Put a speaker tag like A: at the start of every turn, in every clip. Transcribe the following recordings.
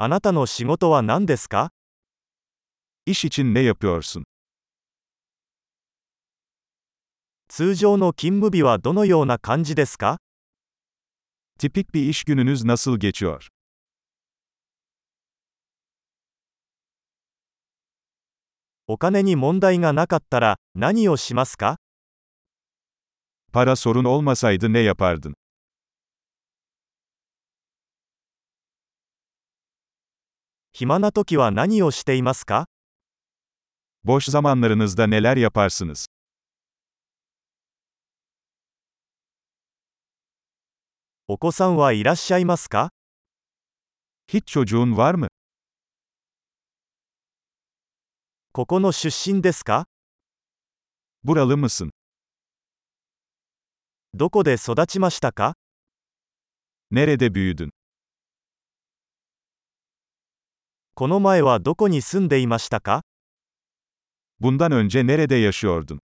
A: あなたの仕事は何ですか
B: İş için ne yapıyorsun?
A: 通常の勤務日はどのような感じですか
B: Tipik bir iş gününüz nasıl geçiyor?
A: お金に問題がなかったら何をしますか
B: Para sorun olmasaydı ne yapardın?
A: 暇な時は何をしていますか
B: Boş zamanlarınızda neler yaparsınız?
A: お子さんはいらっしゃいますか
B: Hiç çocuğun var mı?
A: ここの出身ですか
B: Buralı mısın?
A: どこで育ちましたか
B: Nerede büyüdün?
A: この前はどこに住んでいましたか
B: Bundan önce nerede yaşıyordun?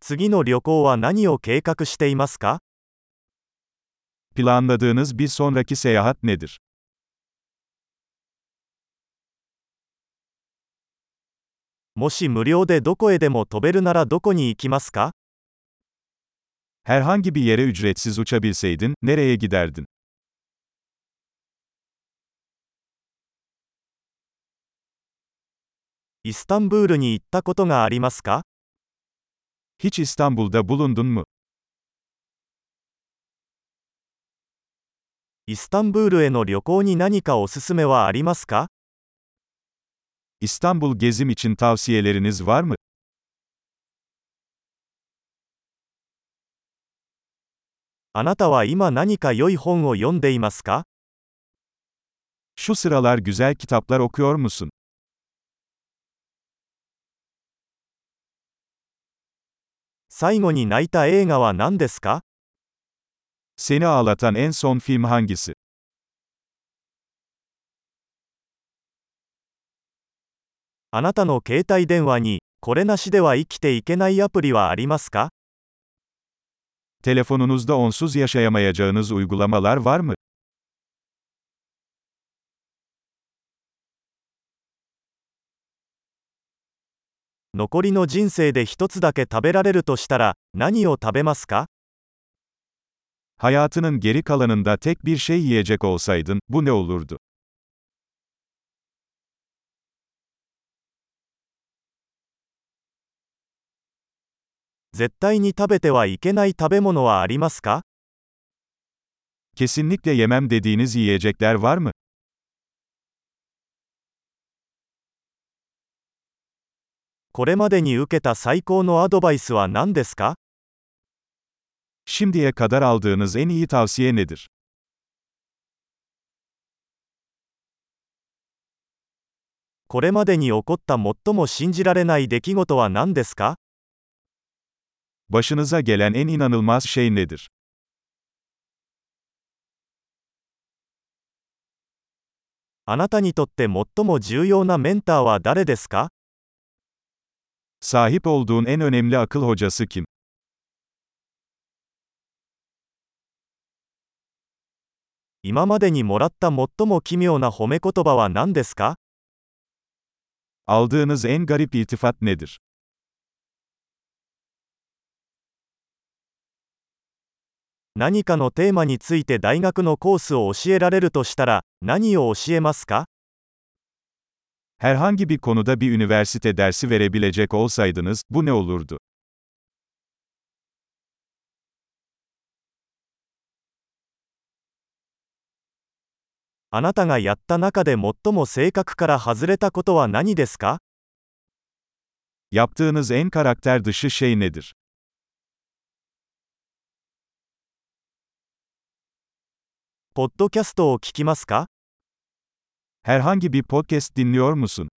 A: 次の旅行は何を計画していますか
B: Planladığınız bir sonraki seyahat nedir?
A: もし無料でどこへでも飛べるならどこに行きますか
B: Herhangi bir yere ücretsiz uçabilseydin, nereye giderdin?
A: イスタンブールに行ったことがありますか
B: Hiç İstanbul'da bulundun mu?
A: イスタンブールへの旅行に何かおすすめはありますか
B: İstanbul gezim için tavsiyeleriniz var mı?
A: あなたは今何か良い本を読んでいますか
B: Şu sıralar güzel kitaplar okuyor musun?
A: 最後に泣いた映画は何ですか
B: Seni ağlatan en son film hangisi?
A: あなたの携帯電話にこれなしでは生きていけないアプリはありますか
B: Telefonunuzda onsuz yaşayamayacağınız uygulamalar var mı?
A: 残りの人生で一つだけ食べられるとしたら何を食べますか
B: Hayatının geri kalanında tek bir şey yiyecek olsaydın, bu ne olurdu?
A: 絶対に食べてはいけない食べ物はありますか
B: Kesinlikle yemem dediğiniz yiyecekler var mı?
A: これまでに受けた最高のアドバイスは何ですか
B: Şimdiye kadar aldığınız en iyi tavsiye nedir?
A: これまでに起こった最も信じられない出来事は何ですか
B: Başınıza gelen en inanılmaz şey nedir?
A: あなたにとって最も重要なメンターは誰ですか
B: Sahip olduğun en önemli akıl hocası kim?
A: 今までにもらった最も奇妙な褒め言葉は何ですか
B: Aldığınız en garip iltifat nedir?
A: 何かのテーマについて大学のコースを教えられるとしたら何を教えますか
B: Herhangi bir konuda bir üniversite dersi verebilecek olsaydınız, bu ne olurdu?
A: あなたがやった中で最も性格から外れたことは何ですか
B: Yaptığınız en karakter dışı şey nedir?
A: ポッドキャストを聞きますか
B: Herhangi bir podcast dinliyor musun?